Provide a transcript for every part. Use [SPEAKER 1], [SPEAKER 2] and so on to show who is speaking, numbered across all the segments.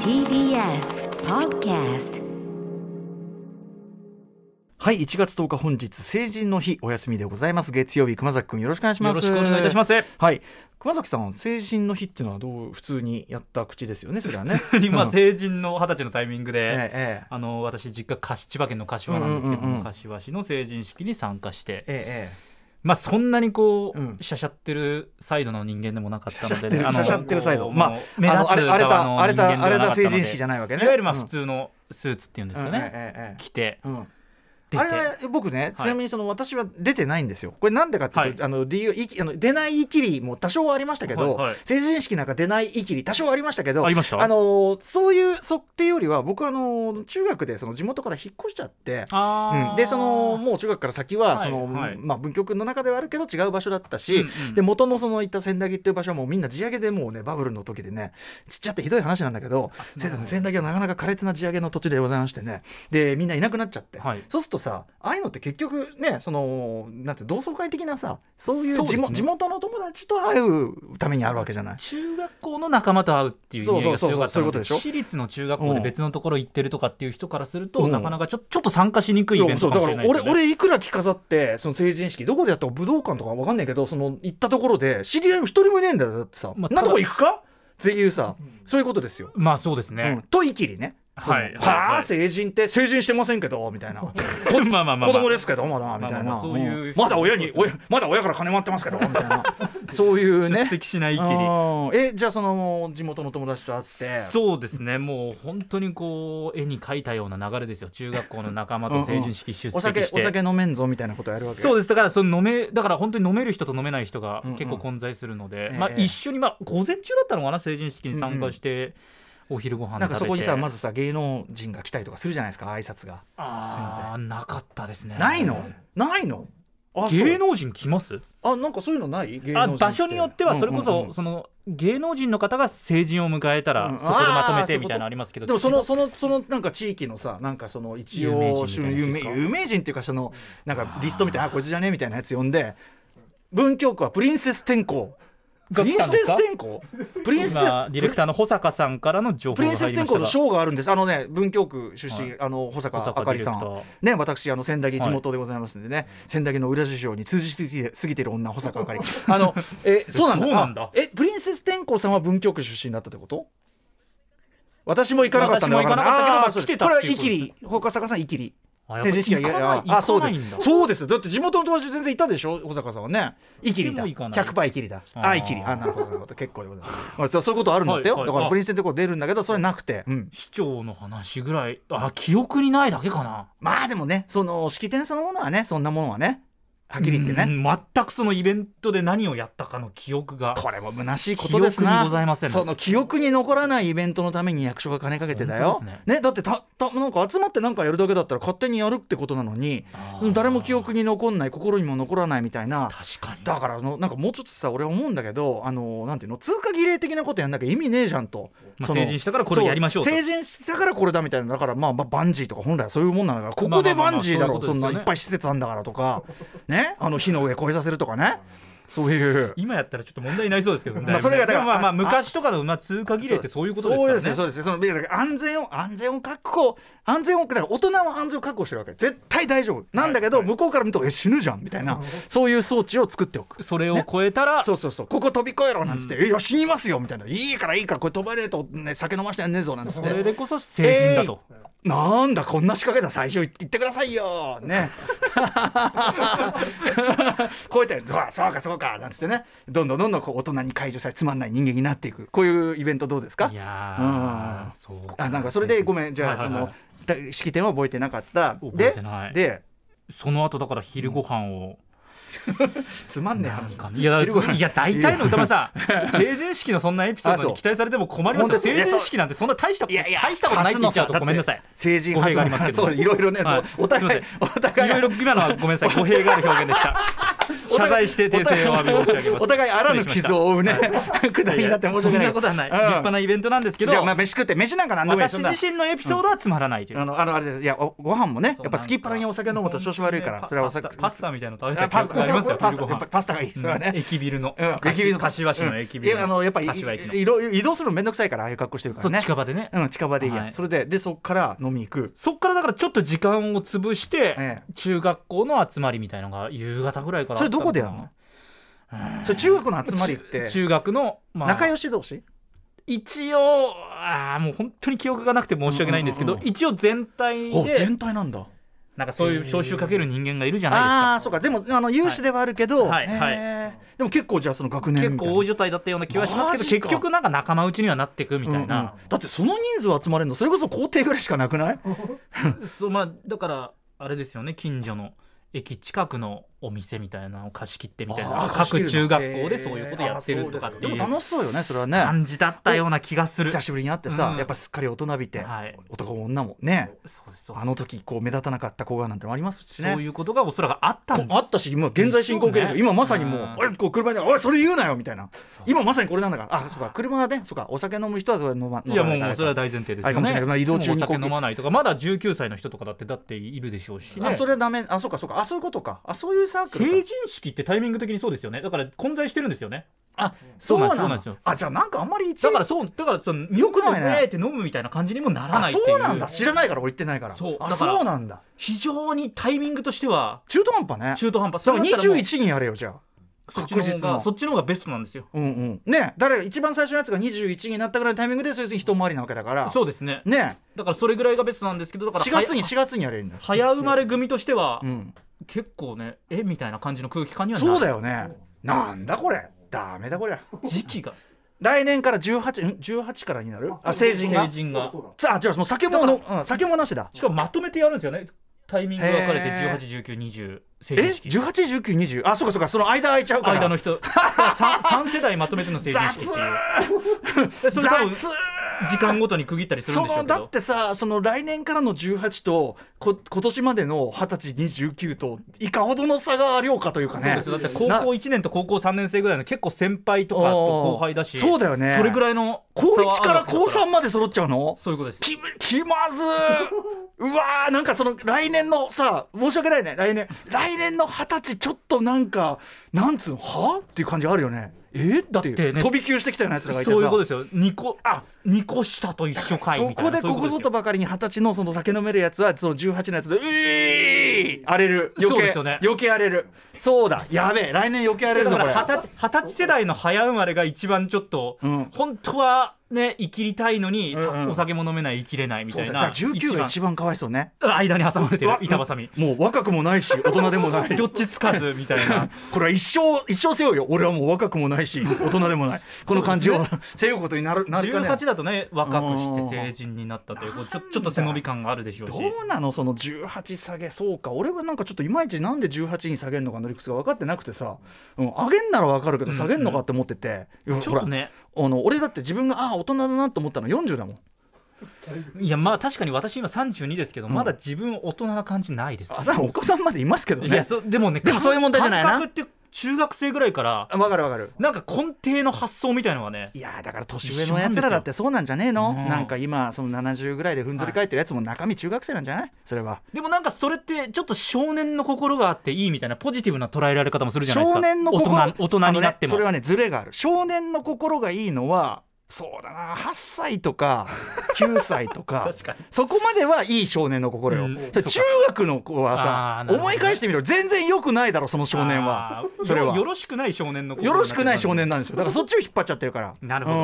[SPEAKER 1] TBS Podcast
[SPEAKER 2] はい、1月10日本日成人の日お休みでございます。月曜日熊崎くんよろしくお願いし
[SPEAKER 3] よ
[SPEAKER 2] ま
[SPEAKER 3] ろ
[SPEAKER 2] す。。
[SPEAKER 3] しくお願いいたしますす。
[SPEAKER 2] はい、熊崎さん成人の日っていうのはどう普通にやった口ですよね。それはね。
[SPEAKER 3] 普通にま
[SPEAKER 2] う
[SPEAKER 3] あ
[SPEAKER 2] ん
[SPEAKER 3] 成人の二十歳のタイミング
[SPEAKER 2] え
[SPEAKER 3] で、
[SPEAKER 2] ええ
[SPEAKER 3] あの私実家かし千葉県の柏なんですけど
[SPEAKER 2] うんうんうんう
[SPEAKER 3] も
[SPEAKER 2] ん
[SPEAKER 3] 柏市の成人式に参加して、
[SPEAKER 2] ええ
[SPEAKER 3] まあそんなにこう、
[SPEAKER 2] うん
[SPEAKER 3] しゃしゃってるサイドの人間でもなかったので
[SPEAKER 2] ええ。
[SPEAKER 3] ね、あの
[SPEAKER 2] しゃしゃってるサイド、
[SPEAKER 3] こう
[SPEAKER 2] ま
[SPEAKER 3] も
[SPEAKER 2] あ
[SPEAKER 3] う目立つ
[SPEAKER 2] あのあれ
[SPEAKER 3] 側
[SPEAKER 2] だ
[SPEAKER 3] の
[SPEAKER 2] あれ
[SPEAKER 3] 人間で
[SPEAKER 2] だあれ
[SPEAKER 3] はなか
[SPEAKER 2] だ
[SPEAKER 3] ったの
[SPEAKER 2] 成
[SPEAKER 3] で
[SPEAKER 2] 人式じゃないわけね。
[SPEAKER 3] いわゆるまあ
[SPEAKER 2] うん
[SPEAKER 3] 普通のスーツっていうんですか
[SPEAKER 2] うんえ
[SPEAKER 3] ね、
[SPEAKER 2] えええ
[SPEAKER 3] 着て
[SPEAKER 2] ええうん
[SPEAKER 3] 出
[SPEAKER 2] あ
[SPEAKER 3] て
[SPEAKER 2] れは僕ね、
[SPEAKER 3] い
[SPEAKER 2] ちなみにその私は出てないんですよ。これなんでかっていうと、あの理由いきあの出ない言い切りも多少はありましたけど、
[SPEAKER 3] はいはい
[SPEAKER 2] 成人式なんか出ない言い切り多少はありましたけど、
[SPEAKER 3] ありました
[SPEAKER 2] あのーそういうそっていうよりは僕はあのー中学でその地元から引っ越しちゃって。
[SPEAKER 3] あー
[SPEAKER 2] うんでそのもう中学から先は
[SPEAKER 3] はい
[SPEAKER 2] その、
[SPEAKER 3] はい
[SPEAKER 2] まあ、文京区の中ではあるけど違う場所だったし、
[SPEAKER 3] うんうん
[SPEAKER 2] で元のその行った千駄木っていう場所はもうみんな地上げでもうねバブルの時でねちっちゃってひどい話なんだけど
[SPEAKER 3] そうなんだ
[SPEAKER 2] 千駄木はなかなか苛烈な地上げの土地でございましてねでみんないなくなっちゃって、
[SPEAKER 3] はい
[SPEAKER 2] そうするとさああいうのって結局ねそのなんて同窓会的なさそういう
[SPEAKER 3] そう
[SPEAKER 2] 地
[SPEAKER 3] ですね
[SPEAKER 2] も地元の友達と会うためにあるわけじゃない。
[SPEAKER 3] 中学校の仲間と会うっていう意味合いが強かった
[SPEAKER 2] そうそうそうそういう
[SPEAKER 3] の
[SPEAKER 2] こと
[SPEAKER 3] で
[SPEAKER 2] でしょ
[SPEAKER 3] 私立の中学校で別のところ行ってるとかっていう人からすると、
[SPEAKER 2] うん
[SPEAKER 3] なかなかちょちょっと参加しにくいイベン
[SPEAKER 2] そ
[SPEAKER 3] ト
[SPEAKER 2] う
[SPEAKER 3] か
[SPEAKER 2] だ
[SPEAKER 3] も
[SPEAKER 2] か
[SPEAKER 3] し
[SPEAKER 2] ら
[SPEAKER 3] れないです
[SPEAKER 2] 俺
[SPEAKER 3] よね。
[SPEAKER 2] 俺いくら着飾ってその成人式どこでやったか武道館とかわかんないけどその行ったところで知り合いも一人もいねえんだよだってさ、
[SPEAKER 3] まあ
[SPEAKER 2] なんとこ
[SPEAKER 3] た
[SPEAKER 2] 行くかっていうさそういうことですよ。
[SPEAKER 3] まあそうです
[SPEAKER 2] う
[SPEAKER 3] ね
[SPEAKER 2] ん、。と言い切りね。その
[SPEAKER 3] はい
[SPEAKER 2] はあ、
[SPEAKER 3] はい
[SPEAKER 2] 成人って成人してませんけどみたいな
[SPEAKER 3] まあまあまあ、。
[SPEAKER 2] 子供ですすけどまだみたい
[SPEAKER 3] まあまあま
[SPEAKER 2] な
[SPEAKER 3] あそうい
[SPEAKER 2] う
[SPEAKER 3] う
[SPEAKER 2] んまだ親に
[SPEAKER 3] そう
[SPEAKER 2] 親
[SPEAKER 3] です
[SPEAKER 2] まだ親から金もらってますけどみたいなそういう
[SPEAKER 3] 出
[SPEAKER 2] ね。
[SPEAKER 3] 席しないきり。
[SPEAKER 2] あーえじゃあその地元の友達と会って
[SPEAKER 3] そうですね。もう本当にこう絵に描いたような流れですよ。中学校の仲間と成人式出席して。
[SPEAKER 2] お酒お酒飲めんぞみたいなことやるわけ
[SPEAKER 3] そうですだからその飲めだから本当に飲める人と飲めない人が
[SPEAKER 2] うんうん
[SPEAKER 3] 結構混在するの
[SPEAKER 2] え
[SPEAKER 3] で、
[SPEAKER 2] え
[SPEAKER 3] まあ、一緒に、まあ、午前中だったのかな成人式に参加して、お昼ご飯食べて
[SPEAKER 2] なんかそこにさまずさ芸能人が来たりとかするじゃないですか挨拶が。
[SPEAKER 3] ああなかったですね
[SPEAKER 2] ないのないのあ
[SPEAKER 3] 芸能人来ます
[SPEAKER 2] そうあなんかそういうのない芸能
[SPEAKER 3] あ
[SPEAKER 2] 人て
[SPEAKER 3] 場所によってはそれこ
[SPEAKER 2] うん
[SPEAKER 3] そ、
[SPEAKER 2] うんうん
[SPEAKER 3] その芸能人の方が成人を迎えたら、
[SPEAKER 2] うん
[SPEAKER 3] そこでまとめ
[SPEAKER 2] あーそういうこ
[SPEAKER 3] て
[SPEAKER 2] と
[SPEAKER 3] みたいなのありますけど
[SPEAKER 2] でもその
[SPEAKER 3] 千
[SPEAKER 2] そのそのなんか地域のさなんかその一
[SPEAKER 3] 有名人
[SPEAKER 2] 応
[SPEAKER 3] みたいなやつ
[SPEAKER 2] 有
[SPEAKER 3] で
[SPEAKER 2] 名
[SPEAKER 3] すか
[SPEAKER 2] 有名人っていうかそのなんかリストみたいなあこいつじゃねえみたいなやつ呼んで文京区はプリンセス天候プ
[SPEAKER 3] が
[SPEAKER 2] リ
[SPEAKER 3] 来
[SPEAKER 2] ン
[SPEAKER 3] たんで
[SPEAKER 2] セ
[SPEAKER 3] す
[SPEAKER 2] ス
[SPEAKER 3] か
[SPEAKER 2] 天候プリン
[SPEAKER 3] 葉
[SPEAKER 2] セス
[SPEAKER 3] 今ディレクターの保坂さんからの情
[SPEAKER 2] プ
[SPEAKER 3] 報
[SPEAKER 2] リ
[SPEAKER 3] が
[SPEAKER 2] ン
[SPEAKER 3] 入
[SPEAKER 2] セス
[SPEAKER 3] り
[SPEAKER 2] 天
[SPEAKER 3] ました
[SPEAKER 2] 候の
[SPEAKER 3] が
[SPEAKER 2] 賞があるんです。あのね、文京区出身、
[SPEAKER 3] はい
[SPEAKER 2] あの保坂
[SPEAKER 3] 保坂
[SPEAKER 2] あかりさ
[SPEAKER 3] ディレ
[SPEAKER 2] ん
[SPEAKER 3] ク。
[SPEAKER 2] ね、私、あの千駄木
[SPEAKER 3] はい
[SPEAKER 2] 地元でございますんでね、千駄木の裏事情に通じ過ぎてる女保坂あか り。あの、え、そうなんだ。
[SPEAKER 3] そうなんだ
[SPEAKER 2] あえ、プリンセス天候さんは文京区出身だったってこと。私も行かなかったんだ
[SPEAKER 3] 私も行かなかったけど
[SPEAKER 2] わ
[SPEAKER 3] ま
[SPEAKER 2] んな
[SPEAKER 3] あ
[SPEAKER 2] い
[SPEAKER 3] 来て
[SPEAKER 2] あ
[SPEAKER 3] た
[SPEAKER 2] ー
[SPEAKER 3] っ
[SPEAKER 2] こ
[SPEAKER 3] て
[SPEAKER 2] れ
[SPEAKER 3] い
[SPEAKER 2] はイ
[SPEAKER 3] うこと
[SPEAKER 2] キ
[SPEAKER 3] です
[SPEAKER 2] リ、保坂さんイキリ。
[SPEAKER 3] あやっぱ
[SPEAKER 2] 成人式が
[SPEAKER 3] 行かない
[SPEAKER 2] あそう
[SPEAKER 3] 行かないん
[SPEAKER 2] で
[SPEAKER 3] だ
[SPEAKER 2] すそうですだって地元の友達全然いたでしょ保坂さんはねイキリだ
[SPEAKER 3] でも行かない
[SPEAKER 2] 100パーイキリだ
[SPEAKER 3] あー
[SPEAKER 2] あイキリあなるほどなるほど結構でございますまあそうそういうことあるんだってよ、
[SPEAKER 3] はいはい
[SPEAKER 2] だから
[SPEAKER 3] あ
[SPEAKER 2] プリンセス天候出るんだけどそれなくてうん
[SPEAKER 3] 市長の話ぐらいあ記憶にないだけかな
[SPEAKER 2] まあでもねその式典そのものはねそんなものはねはっきり言ってね
[SPEAKER 3] うん全くそのイベントで何をやったかの記憶が
[SPEAKER 2] これも虚しいことですな
[SPEAKER 3] 記憶にございません
[SPEAKER 2] その記憶に残らないイベントのために役所が金かけてだよ
[SPEAKER 3] 本当です
[SPEAKER 2] だってたたなんか集まってなんかやるだけだったら勝手にやるってことなのに
[SPEAKER 3] あー
[SPEAKER 2] 誰も記憶に残んない心にも残らないみたいな
[SPEAKER 3] 確かに
[SPEAKER 2] だからあのなんかもうちょっとさ俺は思うんだけどあのなんていうの通過儀礼的なことやんなきゃ意味ねえじゃんと、
[SPEAKER 3] まあ
[SPEAKER 2] その
[SPEAKER 3] 成人したからこれやりましょうと
[SPEAKER 2] そ成人したからこれだみたいなだからまあ、まあ、バンジーとか本来はそういうもんなんだからここでバンジーだろ
[SPEAKER 3] まあまあまあまあ
[SPEAKER 2] そん
[SPEAKER 3] そういうことですよ
[SPEAKER 2] な
[SPEAKER 3] ね
[SPEAKER 2] いっぱい施設あんだからとかねあの火の上越えさせるとかねそういう。
[SPEAKER 3] 今やったらちょっと問題になりそうですけどね、
[SPEAKER 2] まあそれがだから
[SPEAKER 3] でもまあま
[SPEAKER 2] あ
[SPEAKER 3] あ昔とかのまあ通過儀礼ってそういうことですから
[SPEAKER 2] そ
[SPEAKER 3] ね
[SPEAKER 2] うですねそうですねそのだから安全を安全を確保安全をだから大人は安全を確保してるわけ絶対大丈夫なんだけど、
[SPEAKER 3] はい
[SPEAKER 2] 向こうから見るとえ死ぬじゃんみたいなそういう装置を作っておく
[SPEAKER 3] それを超えたら、
[SPEAKER 2] そうそうそうここ飛び越えろなんつって「えいや死にますよ」みたいな「いいからいいからこれ飛ばねえと、ね、酒飲ましてやんねえぞ」なんつっ
[SPEAKER 3] それ
[SPEAKER 2] て。
[SPEAKER 3] でこそ成人だと、
[SPEAKER 2] なんだこんな仕掛けだ最初言ってくださいよ ねこうやってそうかそうかそうかなんつってねどんどんどんどんこう大人に解除されつまんない人間になっていくこういうイベントどうですか
[SPEAKER 3] いやー、
[SPEAKER 2] うん
[SPEAKER 3] そう
[SPEAKER 2] あなんかそれでごめんじゃあ
[SPEAKER 3] はい
[SPEAKER 2] そ
[SPEAKER 3] はい
[SPEAKER 2] の
[SPEAKER 3] はい
[SPEAKER 2] だ式典は覚えてなかった
[SPEAKER 3] 覚
[SPEAKER 2] で
[SPEAKER 3] えてない
[SPEAKER 2] で
[SPEAKER 3] その後だから昼ご飯を、
[SPEAKER 2] つまんねえ
[SPEAKER 3] なん
[SPEAKER 2] 話
[SPEAKER 3] かいや
[SPEAKER 2] 昼ご飯
[SPEAKER 3] いや大体の歌丸さ ん成人式のそんなエピソードに期待されても困ります
[SPEAKER 2] あ
[SPEAKER 3] よ
[SPEAKER 2] そう
[SPEAKER 3] 成人式なんてそんな大したこと大したことないって言っちゃうとごめんなさい
[SPEAKER 2] 成人
[SPEAKER 3] 語弊
[SPEAKER 2] 初
[SPEAKER 3] が
[SPEAKER 2] の
[SPEAKER 3] ありますけど
[SPEAKER 2] そういろいろね、
[SPEAKER 3] はい
[SPEAKER 2] お互い
[SPEAKER 3] すい
[SPEAKER 2] お
[SPEAKER 3] ません
[SPEAKER 2] 互い
[SPEAKER 3] いろいろ今のはごめんなさい語弊がある表現でした
[SPEAKER 2] お
[SPEAKER 3] 謝罪して訂正を詫び申し上げます
[SPEAKER 2] お互いあらぬ傷を負うね、くだりになって申し
[SPEAKER 3] そ
[SPEAKER 2] 訳
[SPEAKER 3] ん
[SPEAKER 2] ない
[SPEAKER 3] なことはない、
[SPEAKER 2] うん
[SPEAKER 3] 立派なイベントなんですけど
[SPEAKER 2] じゃあまあ飯食って飯なんか何でもいい
[SPEAKER 3] 私自身のエピソードはつまらないという、
[SPEAKER 2] あのあのあれですいやおご飯もねやっぱすきっ腹にお酒飲むと調子悪いから
[SPEAKER 3] パ
[SPEAKER 2] それはお
[SPEAKER 3] パス
[SPEAKER 2] 酒
[SPEAKER 3] タパスタみたいなの食べ
[SPEAKER 2] あ
[SPEAKER 3] た
[SPEAKER 2] パス
[SPEAKER 3] 記
[SPEAKER 2] タ
[SPEAKER 3] 憶がありますよ
[SPEAKER 2] パスタ
[SPEAKER 3] 昼ご
[SPEAKER 2] やっ
[SPEAKER 3] 飯
[SPEAKER 2] ぱパスタがいいそれはね
[SPEAKER 3] 駅ビルの、
[SPEAKER 2] うん駅ビルの
[SPEAKER 3] 柏市の駅ビル
[SPEAKER 2] うんいやあのやっぱり
[SPEAKER 3] 柏駅の
[SPEAKER 2] いいろいろ移動するのめんどくさいからああいう格好してるか
[SPEAKER 3] そ
[SPEAKER 2] らね
[SPEAKER 3] う近場でね、
[SPEAKER 2] うん近場でいいや、
[SPEAKER 3] はい
[SPEAKER 2] それででそっから飲み行く
[SPEAKER 3] そっからだからちょっと時間を潰して、
[SPEAKER 2] え
[SPEAKER 3] 中学校の集まりみたいのが夕方ぐらいから
[SPEAKER 2] それどこでやんのそれ中学の集まりって
[SPEAKER 3] の中学の、まあ、
[SPEAKER 2] 仲良し同士
[SPEAKER 3] 一応あーもう本当に記憶がなくて申し訳ないんですけど、
[SPEAKER 2] うんうんうん
[SPEAKER 3] 一応全体
[SPEAKER 2] お
[SPEAKER 3] で
[SPEAKER 2] 全体なんだ
[SPEAKER 3] なんかそういう招集かける人間がいるじゃないですか
[SPEAKER 2] ああーそうかでもあの有志ではあるけど、
[SPEAKER 3] はいはい
[SPEAKER 2] へーでも結構じゃあその学年
[SPEAKER 3] 結
[SPEAKER 2] みたいな
[SPEAKER 3] 構大所帯だったような気はしますけ
[SPEAKER 2] マ
[SPEAKER 3] ど
[SPEAKER 2] ジ
[SPEAKER 3] 結
[SPEAKER 2] か
[SPEAKER 3] 局なんか仲間内にはなってくみたい
[SPEAKER 2] う
[SPEAKER 3] な
[SPEAKER 2] ん、うんだってその人数集まれるのそれこそ校庭ぐらいしかなくない
[SPEAKER 3] そうまあだからあれですよね近所の駅近くのお店みたいなのを貸し切ってみたい
[SPEAKER 2] あー
[SPEAKER 3] な
[SPEAKER 2] 貸し切るの
[SPEAKER 3] 各中学校でそういうことやってるとかって
[SPEAKER 2] えーあーそうですかでも
[SPEAKER 3] いう
[SPEAKER 2] 楽しそうよねそれはね
[SPEAKER 3] 感じだったような気がする
[SPEAKER 2] 久しぶりに会ってさ、
[SPEAKER 3] うん
[SPEAKER 2] やっぱすっかり大人びて、
[SPEAKER 3] はい
[SPEAKER 2] 男も女もね
[SPEAKER 3] そうですそうです
[SPEAKER 2] あの時こう目立たなかった子がなんてのもありますしね
[SPEAKER 3] そういうことがおそらくあったんだ
[SPEAKER 2] あったし今現在進行形ですよ、
[SPEAKER 3] そうね
[SPEAKER 2] 今まさにもう
[SPEAKER 3] うん
[SPEAKER 2] 「俺こう車でおいそれ言うなよ」みたいな今まさにこれなんだからあそうか車はねそうかお酒飲む人はそれ飲ま
[SPEAKER 3] いやもう
[SPEAKER 2] 飲ま
[SPEAKER 3] も
[SPEAKER 2] な
[SPEAKER 3] う
[SPEAKER 2] い
[SPEAKER 3] それは大前提です
[SPEAKER 2] あれ
[SPEAKER 3] よ
[SPEAKER 2] かもしれな
[SPEAKER 3] ね
[SPEAKER 2] いまあ移動中に
[SPEAKER 3] もうお
[SPEAKER 2] こう
[SPEAKER 3] 酒飲まないとかまだ19歳の人とかだってだっているでしょうしね
[SPEAKER 2] あそれはダメあそうかそうかあそういうことかあそういうサーク
[SPEAKER 3] 成
[SPEAKER 2] ル
[SPEAKER 3] 人式ってタイミング的にそうですよねだから混在してるんですよね
[SPEAKER 2] あ
[SPEAKER 3] そうなんです
[SPEAKER 2] だ
[SPEAKER 3] そうなんですよ
[SPEAKER 2] あじゃあなんかあんまり一
[SPEAKER 3] だからそうだからその
[SPEAKER 2] よくないね
[SPEAKER 3] 飲んでって飲むみたいな感じにもなら
[SPEAKER 2] あ
[SPEAKER 3] ないっていう
[SPEAKER 2] そうなんだ知らないから俺言ってないから
[SPEAKER 3] そう
[SPEAKER 2] あ
[SPEAKER 3] だから
[SPEAKER 2] そうなんだ
[SPEAKER 3] 非常にタイミングとしては
[SPEAKER 2] 中途半端ね
[SPEAKER 3] 中途半端
[SPEAKER 2] それ
[SPEAKER 3] だったらもう
[SPEAKER 2] 21にやれよじゃあ
[SPEAKER 3] そっちの
[SPEAKER 2] 確
[SPEAKER 3] 方
[SPEAKER 2] 実な
[SPEAKER 3] がそっちの方がベストなんですよ
[SPEAKER 2] うんうんね誰が一番最初のやつが21になったぐらいのタイミングでそういう人回りなわけだから
[SPEAKER 3] そうですね
[SPEAKER 2] ね
[SPEAKER 3] だからそれぐらいがベストなんですけどだから
[SPEAKER 2] 4月に4月にやれるんだよ
[SPEAKER 3] 早早生まれ組としては
[SPEAKER 2] うん
[SPEAKER 3] 結構ねえみたいな感じの空気感にはなる
[SPEAKER 2] そうだよねなんだこれダメだこれ
[SPEAKER 3] 時期が
[SPEAKER 2] 来年から18ん18からになるあ成人が
[SPEAKER 3] 成人が
[SPEAKER 2] さあじゃあもう酒も
[SPEAKER 3] だ
[SPEAKER 2] の、うん、酒もなしだ
[SPEAKER 3] しかもまとめてやるんですよねタイミングが分かれて
[SPEAKER 2] へ
[SPEAKER 3] 181920成
[SPEAKER 2] え
[SPEAKER 3] 人式
[SPEAKER 2] 181920あそうかそうかその間空いちゃうから
[SPEAKER 3] 間の人3世代まとめての成人式っていうそれ多分
[SPEAKER 2] 雑
[SPEAKER 3] 時間ごとに区切ったりする
[SPEAKER 2] そ
[SPEAKER 3] んでしょう
[SPEAKER 2] の
[SPEAKER 3] け
[SPEAKER 2] だっ
[SPEAKER 3] ど
[SPEAKER 2] てさその来年からの18とこ今年までの20歳29といかほどの差がありょうかというか
[SPEAKER 3] そう
[SPEAKER 2] ね
[SPEAKER 3] ですよだって高校1年と高校3年生ぐらいの結構先輩とかと後輩だし
[SPEAKER 2] そうだよね
[SPEAKER 3] それぐらいの
[SPEAKER 2] 高1から高
[SPEAKER 3] 差はあるわけだら
[SPEAKER 2] 3まで揃っちゃうの
[SPEAKER 3] そういうことです
[SPEAKER 2] き気まずーうわーなんかその来年のさ申し訳ないね来年来年の二十歳ちょっとなんかなんつうのはっていう感じあるよねえだって
[SPEAKER 3] てね
[SPEAKER 2] 飛び級してきたようなやつらがいてさ
[SPEAKER 3] そういうことですよ2個
[SPEAKER 2] あ
[SPEAKER 3] 2個下と一緒かい
[SPEAKER 2] そ
[SPEAKER 3] みたい
[SPEAKER 2] こ
[SPEAKER 3] な
[SPEAKER 2] でここぞと
[SPEAKER 3] う
[SPEAKER 2] ばかりに二十歳のその酒飲めるやつはその18のやつで「ういー荒れる余
[SPEAKER 3] そう
[SPEAKER 2] 計
[SPEAKER 3] ですよね
[SPEAKER 2] 余計荒れるそうだやべえ来年余計荒れ
[SPEAKER 3] いう
[SPEAKER 2] る
[SPEAKER 3] ことです
[SPEAKER 2] ぞこ
[SPEAKER 3] よだ
[SPEAKER 2] れ
[SPEAKER 3] から二十歳二十歳世代の早生まれが一番ちょっと、
[SPEAKER 2] うん
[SPEAKER 3] 本当はね生きりたいのに、さ
[SPEAKER 2] うんうん
[SPEAKER 3] お酒も飲めない生きれないみ
[SPEAKER 2] そ
[SPEAKER 3] た
[SPEAKER 2] うだ
[SPEAKER 3] い
[SPEAKER 2] だ
[SPEAKER 3] な
[SPEAKER 2] から19が一番かわいそうね
[SPEAKER 3] 番間に挟まれて
[SPEAKER 2] う
[SPEAKER 3] る
[SPEAKER 2] わ
[SPEAKER 3] 板挟み
[SPEAKER 2] もう若くもないし大人でもない
[SPEAKER 3] どっちつかずみたいな
[SPEAKER 2] これは一生一生背負うよ俺はもう若くもないし大人でもないこの感じを、背負うことになるなるかね
[SPEAKER 3] 18だとね若くして成人になったというこうちょちょっと背伸び感があるでしょうし
[SPEAKER 2] どうなのその18下げそうか俺はなんかちょっといまいちなんで18に下げるのかの理屈が分かってなくてさ、うん、上げんなら分かるけど下げんのかって思ってて、いや
[SPEAKER 3] ちょっとね
[SPEAKER 2] ほらあの俺だって自分がああ大人だなと思ったの40だもん
[SPEAKER 3] いやまあ確かに私今32ですけど、まだ自分大人な感じないです、
[SPEAKER 2] あさお子さんまでいますけど
[SPEAKER 3] いや
[SPEAKER 2] ね
[SPEAKER 3] そでもね
[SPEAKER 2] でもそういう問題じゃないな
[SPEAKER 3] 感覚って中学生ぐらいから
[SPEAKER 2] 分かる分かる
[SPEAKER 3] なんか根底の発想みたいのがね
[SPEAKER 2] いやーだから年上のやつらだってそうなんじゃねえの
[SPEAKER 3] 一緒なんですよ
[SPEAKER 2] なんか今その70ぐらいでふんぞり返ってるやつも中身中学生なんじゃないそれは
[SPEAKER 3] でもなんかそれってちょっと少年の心があっていいみたいなポジティブな捉えられ方もするじゃないですか
[SPEAKER 2] 少年の心
[SPEAKER 3] 大人大人になって
[SPEAKER 2] あのね
[SPEAKER 3] も、
[SPEAKER 2] それはねズレがある少年の心がいいのはそうだな8歳と か9歳とか
[SPEAKER 3] 確かに
[SPEAKER 2] そこまではいい少年の心よ、
[SPEAKER 3] うん
[SPEAKER 2] それ中学の子は
[SPEAKER 3] あ
[SPEAKER 2] さ、
[SPEAKER 3] ーなるほどね
[SPEAKER 2] 思い返してみろ全然良くないだろその少年は
[SPEAKER 3] あー
[SPEAKER 2] それは
[SPEAKER 3] よよろしくない少年の心
[SPEAKER 2] よろしくない少年
[SPEAKER 3] な
[SPEAKER 2] なんですよだからそっちを引っ張っちゃってるから
[SPEAKER 3] なるほど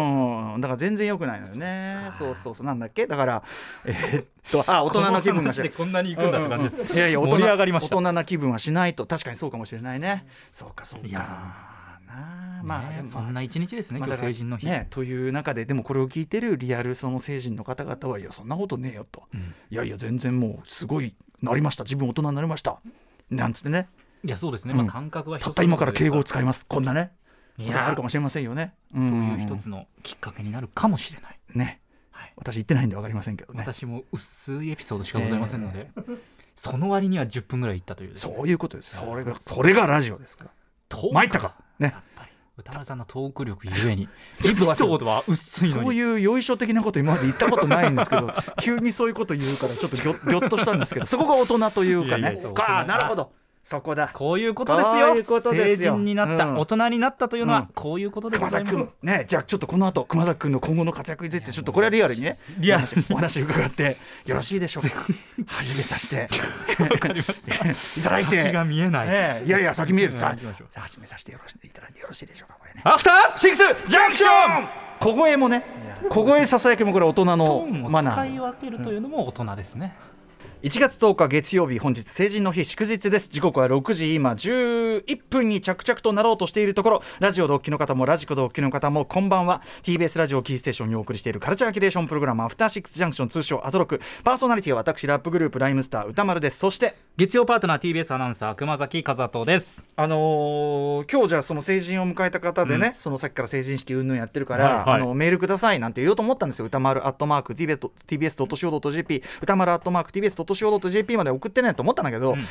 [SPEAKER 2] うん、だから全然良くないのよねそうそうそうなんだっけだからえーっと あ大人の気分がし
[SPEAKER 3] でこんなに行くんだって感じです、
[SPEAKER 2] いやいや大人
[SPEAKER 3] 盛り上がりました
[SPEAKER 2] 大人な気分はしないと確かにそうかもしれないねそうかそうか
[SPEAKER 3] い
[SPEAKER 2] な
[SPEAKER 3] や
[SPEAKER 2] あまあ
[SPEAKER 3] まあ、
[SPEAKER 2] でも
[SPEAKER 3] そんな一日ですね、
[SPEAKER 2] まあだ
[SPEAKER 3] 今日
[SPEAKER 2] から
[SPEAKER 3] 成人の日、
[SPEAKER 2] ね、という中ででもこれを聞いてるリアルその成人の方々はいやそんなことねえよと、
[SPEAKER 3] ん
[SPEAKER 2] いやいや全然もうすごいなりました自分大人になりましたなんつってね
[SPEAKER 3] いやそうですね、
[SPEAKER 2] うん
[SPEAKER 3] まあ感覚は人
[SPEAKER 2] たっ
[SPEAKER 3] そ
[SPEAKER 2] た
[SPEAKER 3] れぞ
[SPEAKER 2] 今
[SPEAKER 3] れ
[SPEAKER 2] から敬語を使いますこんなね
[SPEAKER 3] い
[SPEAKER 2] ことがあ
[SPEAKER 3] や
[SPEAKER 2] るかもしれませんよね
[SPEAKER 3] そうんいう一つのきっかけになるかもしれない、
[SPEAKER 2] ね、
[SPEAKER 3] はい
[SPEAKER 2] 私言ってないんで分かりませんけどね
[SPEAKER 3] 私も薄いエピソードしかございませんので、その割には10分ぐらいいったというですね、
[SPEAKER 2] そういうことですそれがそれがラジオですから
[SPEAKER 3] 遠く
[SPEAKER 2] 参ったかね
[SPEAKER 3] やっぱり歌丸さんのトーク力ゆ えにエピソードは薄いのに
[SPEAKER 2] そういうよいしょ的なこと今まで言ったことないんですけ ど急にそういうこと言うからちょっとぎょぎょっとしたんですけどそこが大人というか
[SPEAKER 3] いやい
[SPEAKER 2] ね
[SPEAKER 3] やそう
[SPEAKER 2] か
[SPEAKER 3] 大人
[SPEAKER 2] なるほどそこだ
[SPEAKER 3] こういうことですよ
[SPEAKER 2] こういうことですよ
[SPEAKER 3] 成人になった、
[SPEAKER 2] うん
[SPEAKER 3] 大人になったというの
[SPEAKER 2] うん
[SPEAKER 3] はこういうことでご
[SPEAKER 2] 熊
[SPEAKER 3] ざいま
[SPEAKER 2] 崎
[SPEAKER 3] す、
[SPEAKER 2] 君ねじゃあちょっとこの後熊崎君の今後の活躍についてちょっとこれはリアルにね
[SPEAKER 3] リアルに
[SPEAKER 2] お話 お話伺ってよろしいでしょうか始めさせて いただいて
[SPEAKER 3] 先が見えない、
[SPEAKER 2] ねえいやいや先見えるさ
[SPEAKER 3] う
[SPEAKER 2] あ
[SPEAKER 3] ん行きましょう
[SPEAKER 2] さあ始めさせてよろしいただいてよろしいでしょうかこれね
[SPEAKER 3] アフターシックス
[SPEAKER 2] ジャンクション小声もね小声ささやきもこれ大人
[SPEAKER 3] ト
[SPEAKER 2] の
[SPEAKER 3] ーン
[SPEAKER 2] マ
[SPEAKER 3] を
[SPEAKER 2] ナ
[SPEAKER 3] 使
[SPEAKER 2] ー
[SPEAKER 3] い分けるというのも大人ですね、
[SPEAKER 2] 1月10日月曜日本日成人の日祝日です時刻は6時今11分に着々となろうとしているところラジオ同期の方もラジコ同期の方もこんばんは TBS ラジオキーステーションにお送りしているカルチャーキュレーションプログラム「アフターシックスジャンクション」通称アトロクパーソナリティは私ラップグループライムスター歌丸ですそして
[SPEAKER 3] 月曜パートナー TBS アナウンサー熊崎和人です
[SPEAKER 2] あのー今日じゃあその成人を迎えた方でね、
[SPEAKER 3] うん
[SPEAKER 2] そのさっきから成人式云々やってるから、
[SPEAKER 3] はいはい
[SPEAKER 2] あのメールくださいなんて言おうと思ったんですよ歌丸アットマーク TBS.CO.JP 歌丸アットマーク TBS.CO.JP まで送ってねと思ったんだけど、
[SPEAKER 3] うん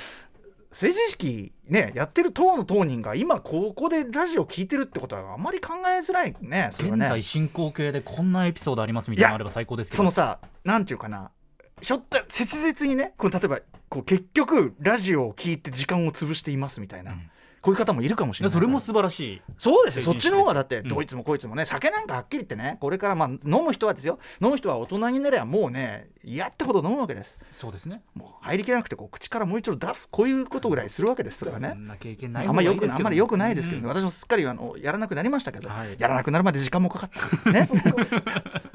[SPEAKER 2] 成人式ねやってる党の当人が今ここでラジオ聞いてるってことはあんまり考えづらいねそれは
[SPEAKER 3] 現在
[SPEAKER 2] ね
[SPEAKER 3] 進行形でこんなエピソードありますみたいなのあれば最高ですけど
[SPEAKER 2] そのさなんていうかなちょっと切実にねこう例えばこう結局ラジオを聞いて時間を潰していますみたいな、
[SPEAKER 3] うん
[SPEAKER 2] こういう方もいるかもし
[SPEAKER 3] い
[SPEAKER 2] れない
[SPEAKER 3] やそれも素晴らしい
[SPEAKER 2] そうですよそ
[SPEAKER 3] 成
[SPEAKER 2] っ
[SPEAKER 3] 人
[SPEAKER 2] ち
[SPEAKER 3] 式
[SPEAKER 2] の方がだって
[SPEAKER 3] うん
[SPEAKER 2] どいつもこいつもね酒なんかはっきり言ってねこれからまあ飲む人はですよ飲む人は大人になればもうね嫌ってほど飲むわけです
[SPEAKER 3] そうですね
[SPEAKER 2] もう入りきらなくてこう口からもう一度出すこういうことぐらいするわけですそれはね
[SPEAKER 3] そんな経験ない
[SPEAKER 2] あ
[SPEAKER 3] 方
[SPEAKER 2] ん
[SPEAKER 3] が
[SPEAKER 2] ま
[SPEAKER 3] い
[SPEAKER 2] よ
[SPEAKER 3] い
[SPEAKER 2] く
[SPEAKER 3] ですけど
[SPEAKER 2] あんまりよくないですけど、ね
[SPEAKER 3] うん
[SPEAKER 2] 私もすっかりあのやらなくなりましたけど、
[SPEAKER 3] はい
[SPEAKER 2] やらなくなるまで時間もかかった、 ね、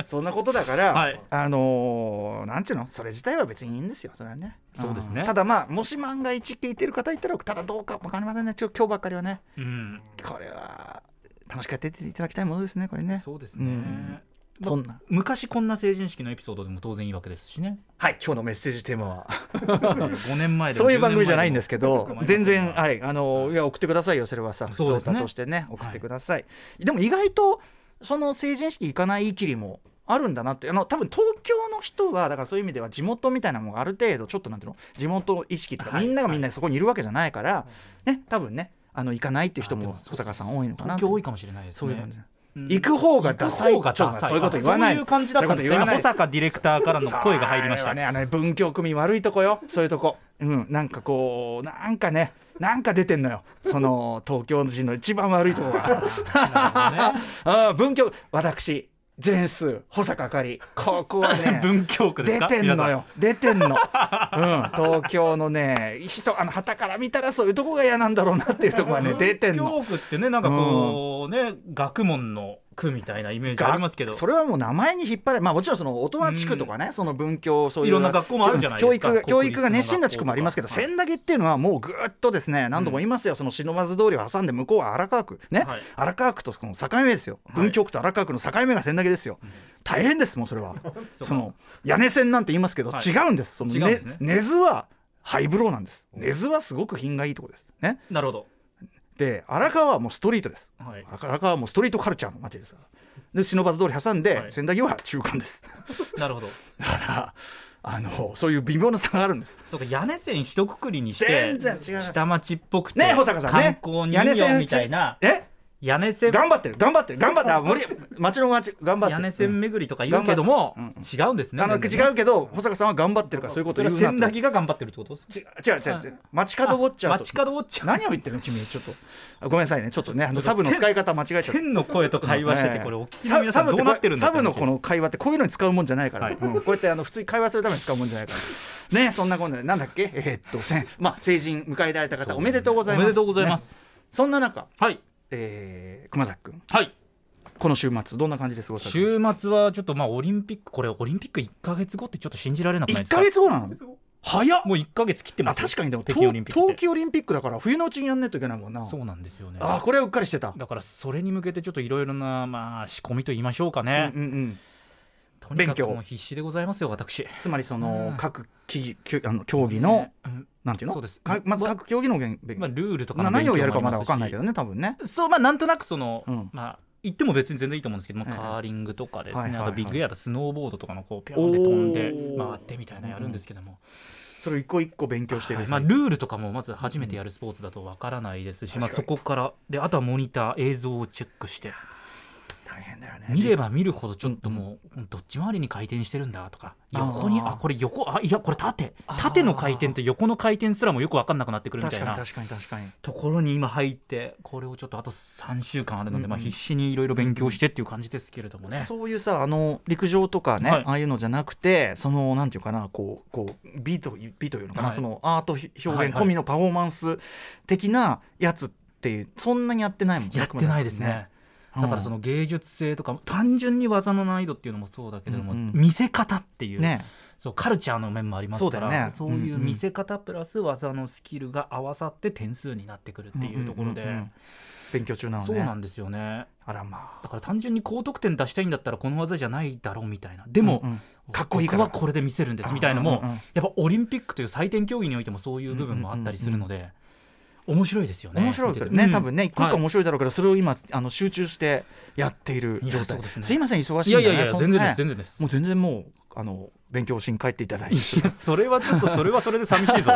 [SPEAKER 2] そんなことだから、
[SPEAKER 3] はい
[SPEAKER 2] あのーなんちゅうのそれ自体は別にいいんですよそれはね
[SPEAKER 3] そうですね
[SPEAKER 2] んただまあもし万が一聞いてる方いたらただどうかわかりませんねちょ今日ばっかりはね
[SPEAKER 3] うん
[SPEAKER 2] これは楽しくやっていただきたいものですねこれね
[SPEAKER 3] そうですね、
[SPEAKER 2] うん
[SPEAKER 3] ま
[SPEAKER 2] そんな
[SPEAKER 3] 昔こんな成人式のエピソードでも当然いいわけです しね
[SPEAKER 2] はい今日のメッセージテーマは
[SPEAKER 3] 5年前でも
[SPEAKER 2] そういう番組
[SPEAKER 3] 10年前
[SPEAKER 2] じゃないんですけど
[SPEAKER 3] 構いません
[SPEAKER 2] 全
[SPEAKER 3] が
[SPEAKER 2] 然はいあのいや送ってくださいよそれはさ
[SPEAKER 3] そうですね
[SPEAKER 2] 普通歌としてね送ってください、でも意外とその成人式行かないきりもあるんだなってあの多分東京の人はだからそういう意味では地元みたいなものがある程度ちょっとなんていうの地元意識とか、
[SPEAKER 3] はい
[SPEAKER 2] みんながみんなそこにいるわけじゃないから、ね多分ねあの行かないっていう人も
[SPEAKER 3] あで
[SPEAKER 2] 小坂さん多いのかな
[SPEAKER 3] 東京多いかもしれないですね
[SPEAKER 2] そういう感じ
[SPEAKER 3] うん
[SPEAKER 2] 行く方がダサい
[SPEAKER 3] 行く方がダサ
[SPEAKER 2] ちょっとそういうこと言わない
[SPEAKER 3] あそういう感じだったんで
[SPEAKER 2] そういうこと
[SPEAKER 3] すか
[SPEAKER 2] 言わ
[SPEAKER 3] 今
[SPEAKER 2] ない
[SPEAKER 3] 保坂ディレクターからの声が入りまし
[SPEAKER 2] あ
[SPEAKER 3] た
[SPEAKER 2] れはねあの文教組悪いとこよそういうとこうんなんかこうなんかねなんか出てんのよその東京人の一番悪いとこ が
[SPEAKER 3] なる
[SPEAKER 2] あー文教私ジェーンスー保坂あかりここは
[SPEAKER 3] ほどね
[SPEAKER 2] ね
[SPEAKER 3] 文京区です
[SPEAKER 2] 出
[SPEAKER 3] か
[SPEAKER 2] てんの
[SPEAKER 3] 皆
[SPEAKER 2] よ出て んの、うん、東京のね人あの旗から見たらそういうとこが嫌なんだろうなっていうとこ
[SPEAKER 3] さ
[SPEAKER 2] は
[SPEAKER 3] ん
[SPEAKER 2] ね出てんの
[SPEAKER 3] 文京区ってねなんかこうね学問の区みたいなイメージありますけど
[SPEAKER 2] それはもう名前に引っ張れまあもちろんその大人地区とかね、その文教そういう
[SPEAKER 3] いろんな学校もあるじゃないですか
[SPEAKER 2] 教育が
[SPEAKER 3] 国立の
[SPEAKER 2] 教育が熱心な地区もありますけど
[SPEAKER 3] 学校とか
[SPEAKER 2] 千駄木っていうのはもうぐーっとですね何度も言いますよ、その忍ばず通りを挟んで向こうは荒川区ね、
[SPEAKER 3] はい
[SPEAKER 2] 荒川区とその境目ですよ
[SPEAKER 3] い
[SPEAKER 2] 文京区と荒川区の境目が千駄木ですよ、大変ですもうそれ はその屋根線なんて言いますけど、
[SPEAKER 3] はい
[SPEAKER 2] 違うんですその
[SPEAKER 3] 違うんですね
[SPEAKER 2] 根津はハイブローなんです根津はすごく品がいいとこですね
[SPEAKER 3] なるほど
[SPEAKER 2] で荒川はもうストリートです
[SPEAKER 3] はい
[SPEAKER 2] 荒川はもうストリートカルチャーの街ですからで忍ばず通り挟んで、
[SPEAKER 3] はい
[SPEAKER 2] 千駄木は中間です
[SPEAKER 3] なるほど
[SPEAKER 2] だからあのそういう微妙な差があるんです
[SPEAKER 3] そうか屋根線一括りにして
[SPEAKER 2] 全然違います
[SPEAKER 3] 下町っぽくて
[SPEAKER 2] ね保坂さんね
[SPEAKER 3] 観光人形みたいな
[SPEAKER 2] え
[SPEAKER 3] 屋根線
[SPEAKER 2] 頑張ってる頑張ってる頑張ってるあ無理町の町頑張ってる
[SPEAKER 3] 屋根線巡りとか言うけども
[SPEAKER 2] 頑張っ
[SPEAKER 3] 違うんです
[SPEAKER 2] うん
[SPEAKER 3] ね
[SPEAKER 2] あの
[SPEAKER 3] 全
[SPEAKER 2] 違
[SPEAKER 3] 然ね
[SPEAKER 2] うけど保坂さんは頑張ってるからそういうこと
[SPEAKER 3] それ
[SPEAKER 2] 言うな
[SPEAKER 3] は千
[SPEAKER 2] と
[SPEAKER 3] 駄木が頑張ってるってこと
[SPEAKER 2] ち違う違う違う街角ウォッチャーと
[SPEAKER 3] 街角ウォッチャー
[SPEAKER 2] 何を言ってるの君ちょっとあごめんなさいねちょっとねあのサブの使い方間違えちゃった
[SPEAKER 3] 天の声と会話してて
[SPEAKER 2] ね
[SPEAKER 3] これお聞きの皆さん
[SPEAKER 2] サ
[SPEAKER 3] ど
[SPEAKER 2] ブ
[SPEAKER 3] うなってるんだ
[SPEAKER 2] サブのこの会話ってこういうのに使うもんじゃないから、
[SPEAKER 3] はい
[SPEAKER 2] うんこうやってあの普通に会話するために使うもんじゃないからねそんなことでなんだっけえーっとせんまあ成人迎えられた方おめでとうございます
[SPEAKER 3] おめでとうござい
[SPEAKER 2] ね
[SPEAKER 3] ます、
[SPEAKER 2] そんな中、
[SPEAKER 3] はい
[SPEAKER 2] えー、熊崎君
[SPEAKER 3] はい
[SPEAKER 2] この週末どんな感じで過ごした
[SPEAKER 3] 週末はちょっとまあオリンピックこれオリンピック1か月後ってちょっと信じられなくない
[SPEAKER 2] 1
[SPEAKER 3] ですか
[SPEAKER 2] か月後なの早っ
[SPEAKER 3] もう1か月切ってま
[SPEAKER 2] あ
[SPEAKER 3] す
[SPEAKER 2] 確かにでも
[SPEAKER 3] 北京オリ
[SPEAKER 2] 東
[SPEAKER 3] ンピックって
[SPEAKER 2] 冬季オリンピックだから冬のうちにやんないといけないもんな
[SPEAKER 3] そうなんですよね
[SPEAKER 2] あーこれはうっかりしてた、
[SPEAKER 3] だからそれに向けてちょっといろいろなまあ仕込みと言いましょうか
[SPEAKER 2] うんう
[SPEAKER 3] ね、
[SPEAKER 2] んうん、
[SPEAKER 3] とにかく
[SPEAKER 2] 勉強
[SPEAKER 3] もう必死でございますよ私
[SPEAKER 2] つまりそ
[SPEAKER 3] うん
[SPEAKER 2] の各企業あの競技の、
[SPEAKER 3] うん
[SPEAKER 2] なんていうの
[SPEAKER 3] そうです
[SPEAKER 2] かまず各競技の勉強、
[SPEAKER 3] まあ、ルールとか
[SPEAKER 2] な
[SPEAKER 3] の
[SPEAKER 2] 何
[SPEAKER 3] 勉強
[SPEAKER 2] を
[SPEAKER 3] も
[SPEAKER 2] や
[SPEAKER 3] あ
[SPEAKER 2] る
[SPEAKER 3] り
[SPEAKER 2] かまだ
[SPEAKER 3] す
[SPEAKER 2] 分
[SPEAKER 3] し
[SPEAKER 2] かんないけどね多分ね
[SPEAKER 3] そうまあなんとなくその、
[SPEAKER 2] うん
[SPEAKER 3] まあ言っても別に全然いいと思うんですけど、まあ、
[SPEAKER 2] ええ
[SPEAKER 3] カーリングとかですね、
[SPEAKER 2] はいはいはい
[SPEAKER 3] あとビッグエアだとスノーボードとかのこうピョンって飛んで
[SPEAKER 2] おー
[SPEAKER 3] 回ってみたいなのやるんですけども、
[SPEAKER 2] それを一個一個勉強してる、
[SPEAKER 3] はいまあ、ルールとかもまず初めてやるスポーツだとわからないですし、まあ、そ
[SPEAKER 2] 確か
[SPEAKER 3] こからであとはモニター映像をチェックして
[SPEAKER 2] 大変だよね
[SPEAKER 3] 見れば見るほどちょっともう、どっち回りに回転してるんだとか
[SPEAKER 2] あー
[SPEAKER 3] 横にあこれ横あいやこれ縦
[SPEAKER 2] あー
[SPEAKER 3] 縦の回転と横の回転すらもよく分かんなくなってくるみた
[SPEAKER 2] 確
[SPEAKER 3] い
[SPEAKER 2] かに
[SPEAKER 3] な
[SPEAKER 2] 確かに確かに
[SPEAKER 3] ところに今入ってこれをちょっとあと3週間あるので、まあ、
[SPEAKER 2] うんうん
[SPEAKER 3] 必死にいろいろ勉強してっていう感じですけれどもね。
[SPEAKER 2] そういうさあの陸上とかね、
[SPEAKER 3] はい
[SPEAKER 2] ああいうのじゃなくてそのなんていうかなこうこう美という美というのかな、
[SPEAKER 3] はい
[SPEAKER 2] そのアート表現
[SPEAKER 3] はいはい
[SPEAKER 2] 込みのパフォーマンス的なやつっていうそんなにやってないもんね
[SPEAKER 3] やってないですね。
[SPEAKER 2] うん
[SPEAKER 3] だからその芸術性とか単純に技の難易度っていうのもそうだけれども、
[SPEAKER 2] うんうん
[SPEAKER 3] 見せ方っていう、
[SPEAKER 2] ね
[SPEAKER 3] そうカルチャーの面もありますから
[SPEAKER 2] そうだよね
[SPEAKER 3] そういう
[SPEAKER 2] う
[SPEAKER 3] んう
[SPEAKER 2] ん
[SPEAKER 3] 見せ方プラス技のスキルが合わさって点数になってくるっていうところで、
[SPEAKER 2] んんんん勉強中なのね
[SPEAKER 3] そうなんですよね
[SPEAKER 2] あらまあ
[SPEAKER 3] だから単純に高得点出したいんだったらこの技じゃないだろうみたいなでも、
[SPEAKER 2] うんうんかっこいいから
[SPEAKER 3] 僕はこれで見せるんですみたいなのも、
[SPEAKER 2] うんうんうん
[SPEAKER 3] やっぱオリンピックという採点競技においてもそういう部分もあったりするので、面白いですよね
[SPEAKER 2] 面白いけど
[SPEAKER 3] 見て
[SPEAKER 2] ね、
[SPEAKER 3] て
[SPEAKER 2] 多分ね、一個一個面白いだろうから、それを今、あの集中してやっている
[SPEAKER 3] いや
[SPEAKER 2] 状
[SPEAKER 3] そう
[SPEAKER 2] 態。
[SPEAKER 3] ですね
[SPEAKER 2] すいません、忙し
[SPEAKER 3] い
[SPEAKER 2] いん
[SPEAKER 3] や
[SPEAKER 2] で
[SPEAKER 3] い
[SPEAKER 2] ね
[SPEAKER 3] やいや
[SPEAKER 2] そん
[SPEAKER 3] 全然
[SPEAKER 2] なね
[SPEAKER 3] です全然です
[SPEAKER 2] もう全然もう、あの、勉強しに帰っていただいて。
[SPEAKER 3] いやそれはちょっとそれはそれで寂しい ぞ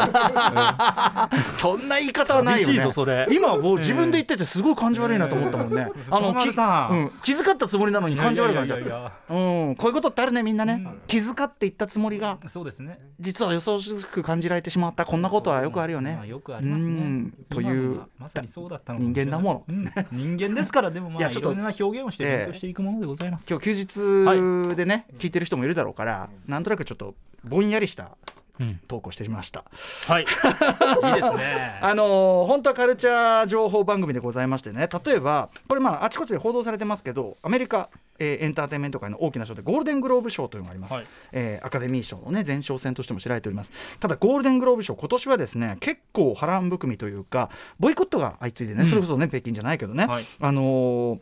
[SPEAKER 2] そんな言い方はな
[SPEAKER 3] 寂
[SPEAKER 2] いよ
[SPEAKER 3] しいぞ
[SPEAKER 2] ね。
[SPEAKER 3] それ
[SPEAKER 2] 今もう自分で言っててすごい感じ悪いなと思ったもんね。
[SPEAKER 3] え
[SPEAKER 2] あの
[SPEAKER 3] 歌
[SPEAKER 2] き
[SPEAKER 3] 丸さん
[SPEAKER 2] うん気遣ったつもりなのに感じ悪くなっちゃ
[SPEAKER 3] いうや。いやいや
[SPEAKER 2] うんこういうことってあるねみんなね
[SPEAKER 3] うん。
[SPEAKER 2] 気遣って言ったつもりが
[SPEAKER 3] いやそうですね
[SPEAKER 2] 実は予想しづく感じられてしまったこんなことはよくあるよ
[SPEAKER 3] ま
[SPEAKER 2] ね。
[SPEAKER 3] よくありますね。
[SPEAKER 2] うん
[SPEAKER 3] 今
[SPEAKER 2] という
[SPEAKER 3] のがまさにそうだったのかしれ
[SPEAKER 2] 人間
[SPEAKER 3] ない
[SPEAKER 2] だも
[SPEAKER 3] うん人間ですからでもまあ
[SPEAKER 2] いや
[SPEAKER 3] い
[SPEAKER 2] ちょっ
[SPEAKER 3] ろ
[SPEAKER 2] と
[SPEAKER 3] いろな表現をして
[SPEAKER 2] ええ
[SPEAKER 3] 勉強していくものでございます。
[SPEAKER 2] 今日休日でね聞いてる人もいるだろうからなんとなくちょっとぼんやりした
[SPEAKER 3] うん
[SPEAKER 2] 投稿してみました。
[SPEAKER 3] はい。いいですね。
[SPEAKER 2] あのー本当はカルチャー情報番組でございましてね例えばこれまああちこちで報道されてますけどアメリカ、えーエンターテインメント界の大きな賞でゴールデングローブ賞というのがあります、
[SPEAKER 3] はい
[SPEAKER 2] えーアカデミー賞のね前哨戦としても知られておりますただゴールデングローブ賞今年はですね結構波乱含みというかボイコットが相次いでね、
[SPEAKER 3] うん
[SPEAKER 2] それこそね北京じゃないけどね、
[SPEAKER 3] はい
[SPEAKER 2] あのー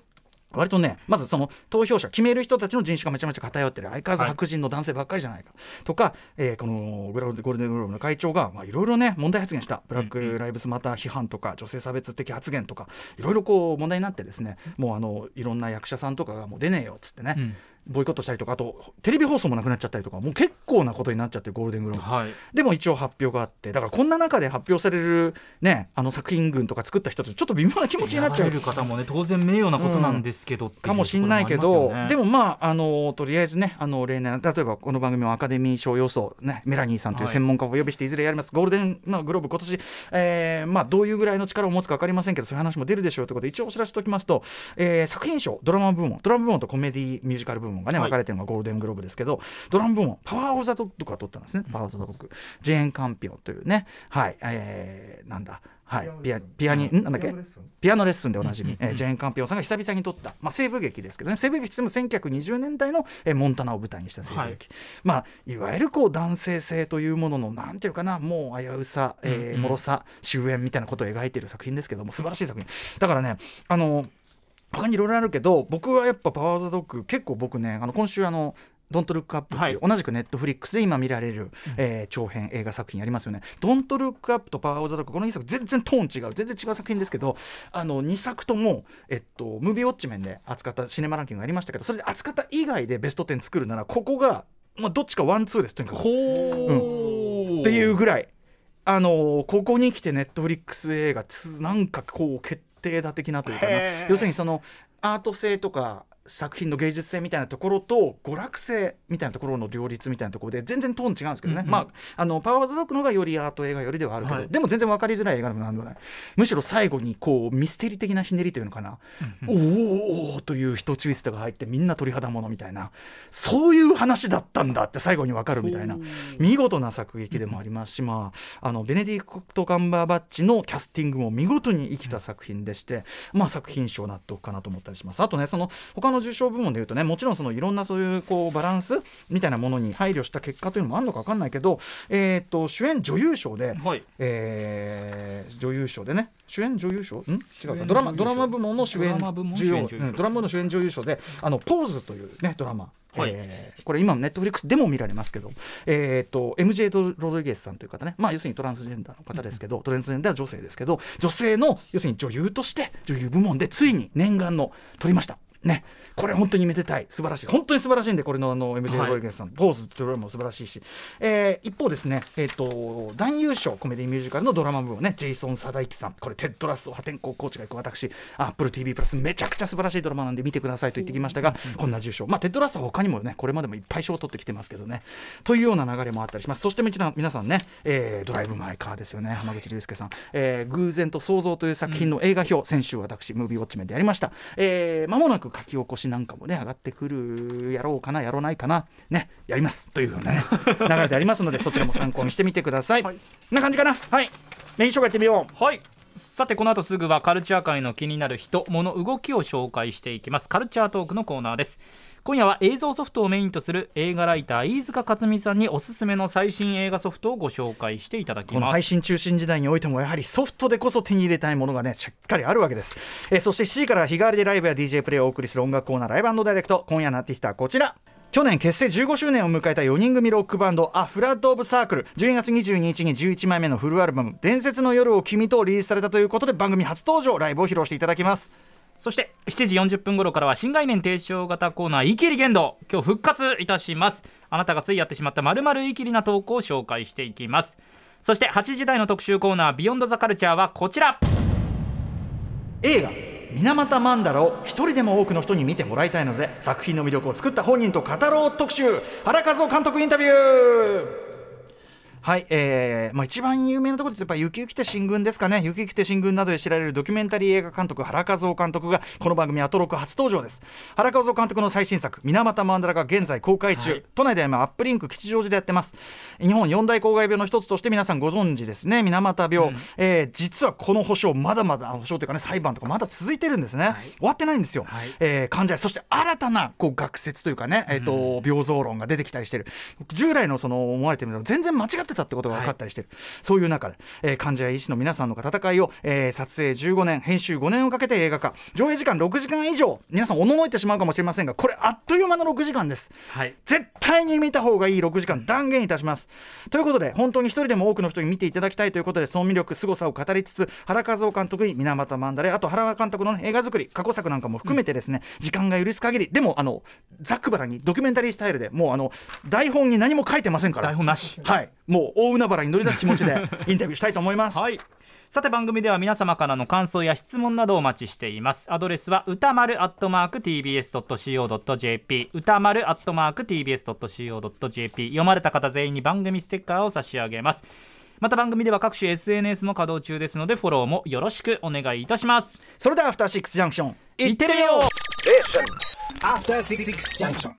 [SPEAKER 2] 割とねまずその投票者決める人たちの人種がめちゃめちゃ偏ってる相変わらず白人の男性ばっかりじゃないか、とか、えーこのグラゴールデングローブの会長がまあいろいろね問題発言したブラッ
[SPEAKER 3] うんう
[SPEAKER 2] ク・
[SPEAKER 3] ん
[SPEAKER 2] ライブズ・マター批判とか女性差別的発言とかいろいろこう問題になってですねもうあのいろんな役者さんとかがもう出ねえよっつってね、
[SPEAKER 3] うん
[SPEAKER 2] ボイコットしたりとかあとテレビ放送もなくなっちゃったりとかもう結構なことになっちゃってるゴールデングローブ
[SPEAKER 3] はい。
[SPEAKER 2] でも一応発表があってだからこんな中で発表されるねあの作品群とか作った人たちちょっと微妙な気持ちになっちゃう
[SPEAKER 3] 選ばれる方もね当然名誉なことなんですけどっていう
[SPEAKER 2] かもしれないけど、
[SPEAKER 3] ところもありますよね
[SPEAKER 2] でもまああのとりあえずねあの例年例えばこの番組もアカデミー賞予想、ね、メラニーさんという
[SPEAKER 3] はい
[SPEAKER 2] 専門家をお呼びしていずれやります、ゴールデン、まあ、グローブ今年、えーまあ、どういうぐらいの力を持つか分かりませんけどそういう話も出るでしょうということで一応お知らせしておきますと、えー作品賞ドラマ部門ドラマ部門とコメディミュージカル部門がね
[SPEAKER 3] はい
[SPEAKER 2] 分かれてるのがゴールデングローブですけど、ドラマ部門パワー・オブ・ザ・ドッグが取ったんですね、パワー・オブ・ザ・ドッグジェーン・カンピオンというねはいえーなんだはいピアピアニんなんだっけピアノレッスンでおなじみ、えージェーン・カンピオンさんが久々に撮った、まあ、西部劇ですけどね西部劇って言っても1920年代の、えーモンタナを舞台にした西部劇、
[SPEAKER 3] はい
[SPEAKER 2] いまあ、いわゆるこう男性性というもののなんていうかなもう危うさ、え
[SPEAKER 3] うんう
[SPEAKER 2] ー、
[SPEAKER 3] ん
[SPEAKER 2] 脆さ終焉みたいなことを描いている作品ですけども素晴らしい作品だからねあの他にいろいろあるけど僕はやっぱ「パワー・ザ・ドッグ」結構僕ねあの今週あの「ドント・ルック・アップ」っていう、同じくネットフリックスで今見られる、えー長編映画作品ありますよね「ドント・ルック・アップ」と「パワー・オブ・ザ・ドッグ」この2作全然トーン違う全然違う作品ですけどあの2作とも、えっと、ムービーウォッチ面で扱ったシネマランキングがありましたけどそれで扱った以外でベスト10作るならここが、まあ、どっちかワンツーですとにかく
[SPEAKER 3] ほう
[SPEAKER 2] っていうぐらいあのここに来てネットフリックス映画つなんかこう決定打的なというかな
[SPEAKER 3] へー
[SPEAKER 2] 要するにそのアート性とか作品の芸術性みたいなところと娯楽性みたいなところの両立みたいなところで全然トーン違うんですけどね、
[SPEAKER 3] うんうん
[SPEAKER 2] まああのパワー・ズ・ドッグの方がよりアート映画よりではあるけど、
[SPEAKER 3] はい
[SPEAKER 2] でも全然分かりづらい映画でもなんでもないむしろ最後にこうミステリー的なひねりというのかな、おーおーという人チュイストが入ってみんな鳥肌ものみたいなそういう話だったんだって最後に分かるみたいな見事な作劇でもありますし、まあ、あのベネディクト・カンバーバッチのキャスティングも見事に生きた作品でして、まあ、作品賞納得かなと思ったりしますあとねその他の受賞部門でいうとねもちろんそのいろんなそういうこうバランスみたいなものに配慮した結果というのもあるのか分かんないけど、えー、と主演女優賞で、
[SPEAKER 3] はい。
[SPEAKER 2] えー女優賞でね主演女優賞ん違
[SPEAKER 3] 演
[SPEAKER 2] うか
[SPEAKER 3] 女優賞
[SPEAKER 2] ドラマドラマ部門の主演
[SPEAKER 3] ドラマ部門
[SPEAKER 2] 女優
[SPEAKER 3] 主演女優賞
[SPEAKER 2] うんドラマ部門の主演女優賞で「あのポーズ」という、ね、ドラマ、
[SPEAKER 3] はい
[SPEAKER 2] えーこれ今ネットフリックスでも見られますけど、えー、と MJ ドロドリゲスさんという方ね、まあ、要するにトランスジェンダーの方ですけどトランスジェンダーは女性ですけど女性の要するに女優として女優部門でついに念願の取りました。ね、これ本当にめでたい素晴らしい本当に素晴らしいんでこれのあの MJ ロ
[SPEAKER 3] はい
[SPEAKER 2] ドリゲスさん、ポーズというのも素晴らしいし、えー一方ですね、えー、と男優賞コメディミュージカルのドラマ部をねジェイソン・サダイキさんこれテッドラスを破天荒コーチが行く私 AppleTV プラスめちゃくちゃ素晴らしいドラマなんで見てくださいと言ってきましたが、こんな受賞、まあ、テッドラスは他にもねこれまでもいっぱい賞を取ってきてますけどねというような流れもあったりしますそしてもちろん皆さんね、えードライブ・マイ・カーですよね浜口竜介さん、えー偶然と想像という作品の映画表、先週私ムービーウォッチメンでやりました、えー、間もなく書き起こしなんかもね上がってくるやろうかなやろうないかなねやりますというような ね流れでありますのでそちらも参考にしてみてください、
[SPEAKER 3] はい
[SPEAKER 2] こんな感じかなはいメイン紹介やってみよう
[SPEAKER 3] はいさてこの後すぐはカルチャー界の気になる人物動きを紹介していきますカルチャートークのコーナーです今夜は映像ソフトをメインとする映画ライター飯塚克美さんにおすすめの最新映画ソフトをご紹介していただき
[SPEAKER 2] この
[SPEAKER 3] ま
[SPEAKER 2] 配
[SPEAKER 3] す
[SPEAKER 2] 信中心時代においてもやはりソフトでこそ手に入れたいものがねしっかりあるわけです、えーそして7時から日替わりでライブや DJ プレイをお送りする音楽コーナーライブダイレクト今夜のアーティストはこちら去年結成15周年を迎えた4人組ロックバンドア・フラッド・オブ・サークル12月22日に11枚目のフルアルバム「伝説の夜を君と」リリースされたということで番組初登場ライブを披露していただきます
[SPEAKER 3] そして7時40分頃からは新概念提唱型コーナー「イキリ言動」今日復活いたしますあなたがついやってしまったまるイキリな投稿を紹介していきますそして8時台の特集コーナー「ビヨンドザカルチャーはこちら
[SPEAKER 2] 映画「水俣曼荼羅」を一人でも多くの人に見てもらいたいので作品の魅力を作った本人と語ろう特集原和夫監督インタビューはい、えーまあ、一番有名なところで言うとやっぱり「雪雪て新軍」ですかね「雪雪て新軍」などで知られるドキュメンタリー映画監督原和夫監督がこの番組「アトロク」初登場です原和夫監督の最新作「水俣曼荼羅」が現在公開中、
[SPEAKER 3] はい
[SPEAKER 2] 都内では今アップリンク吉祥寺でやってます日本四大公害病の一つとして皆さんご存知ですね水俣病、えー実はこの保証まだまだあ保証というかね裁判とかまだ続いてるんですね、終わってないんですよ、
[SPEAKER 3] はい
[SPEAKER 2] えー患者そして新たなこう学説というかね、えーと病像論が出てきたりしてる従来のその思われてみるの全然間違ってたってことが分かったりしてる、そういう中で、えー患者や医師の皆さんの戦いを、えー撮影15年編集5年をかけて映画化上映時間6時間以上皆さんおののいてしまうかもしれませんがこれあっという間の6時間です
[SPEAKER 3] はい
[SPEAKER 2] 絶対に見た方がいい6時間断言いたしますということで本当に一人でも多くの人に見ていただきたいということでその魅力凄さを語りつつ原和夫監督に水俣マンダレあと原監督のね、映画作り過去作なんかも含めてですね、時間が許す限りでもあのザックバラにドキュメンタリースタイルでもうあの台本に何も書いてませんから
[SPEAKER 3] 台本なし
[SPEAKER 2] はいもう大海原に乗り出す気持ちでインタビューしたいと思います、
[SPEAKER 3] はい。さて番組では皆様からの感想や質問などをお待ちしています。アドレスは歌丸アットマーク tbs.co.jp 歌丸アットマーク tbs.co.jp 読まれた方全員に番組ステッカーを差し上げます。また番組では各種 SNS も稼働中ですのでフォローもよろしくお願いいたします。
[SPEAKER 2] それではアフターシックスジャンクションいってみよう
[SPEAKER 1] After Six Junction.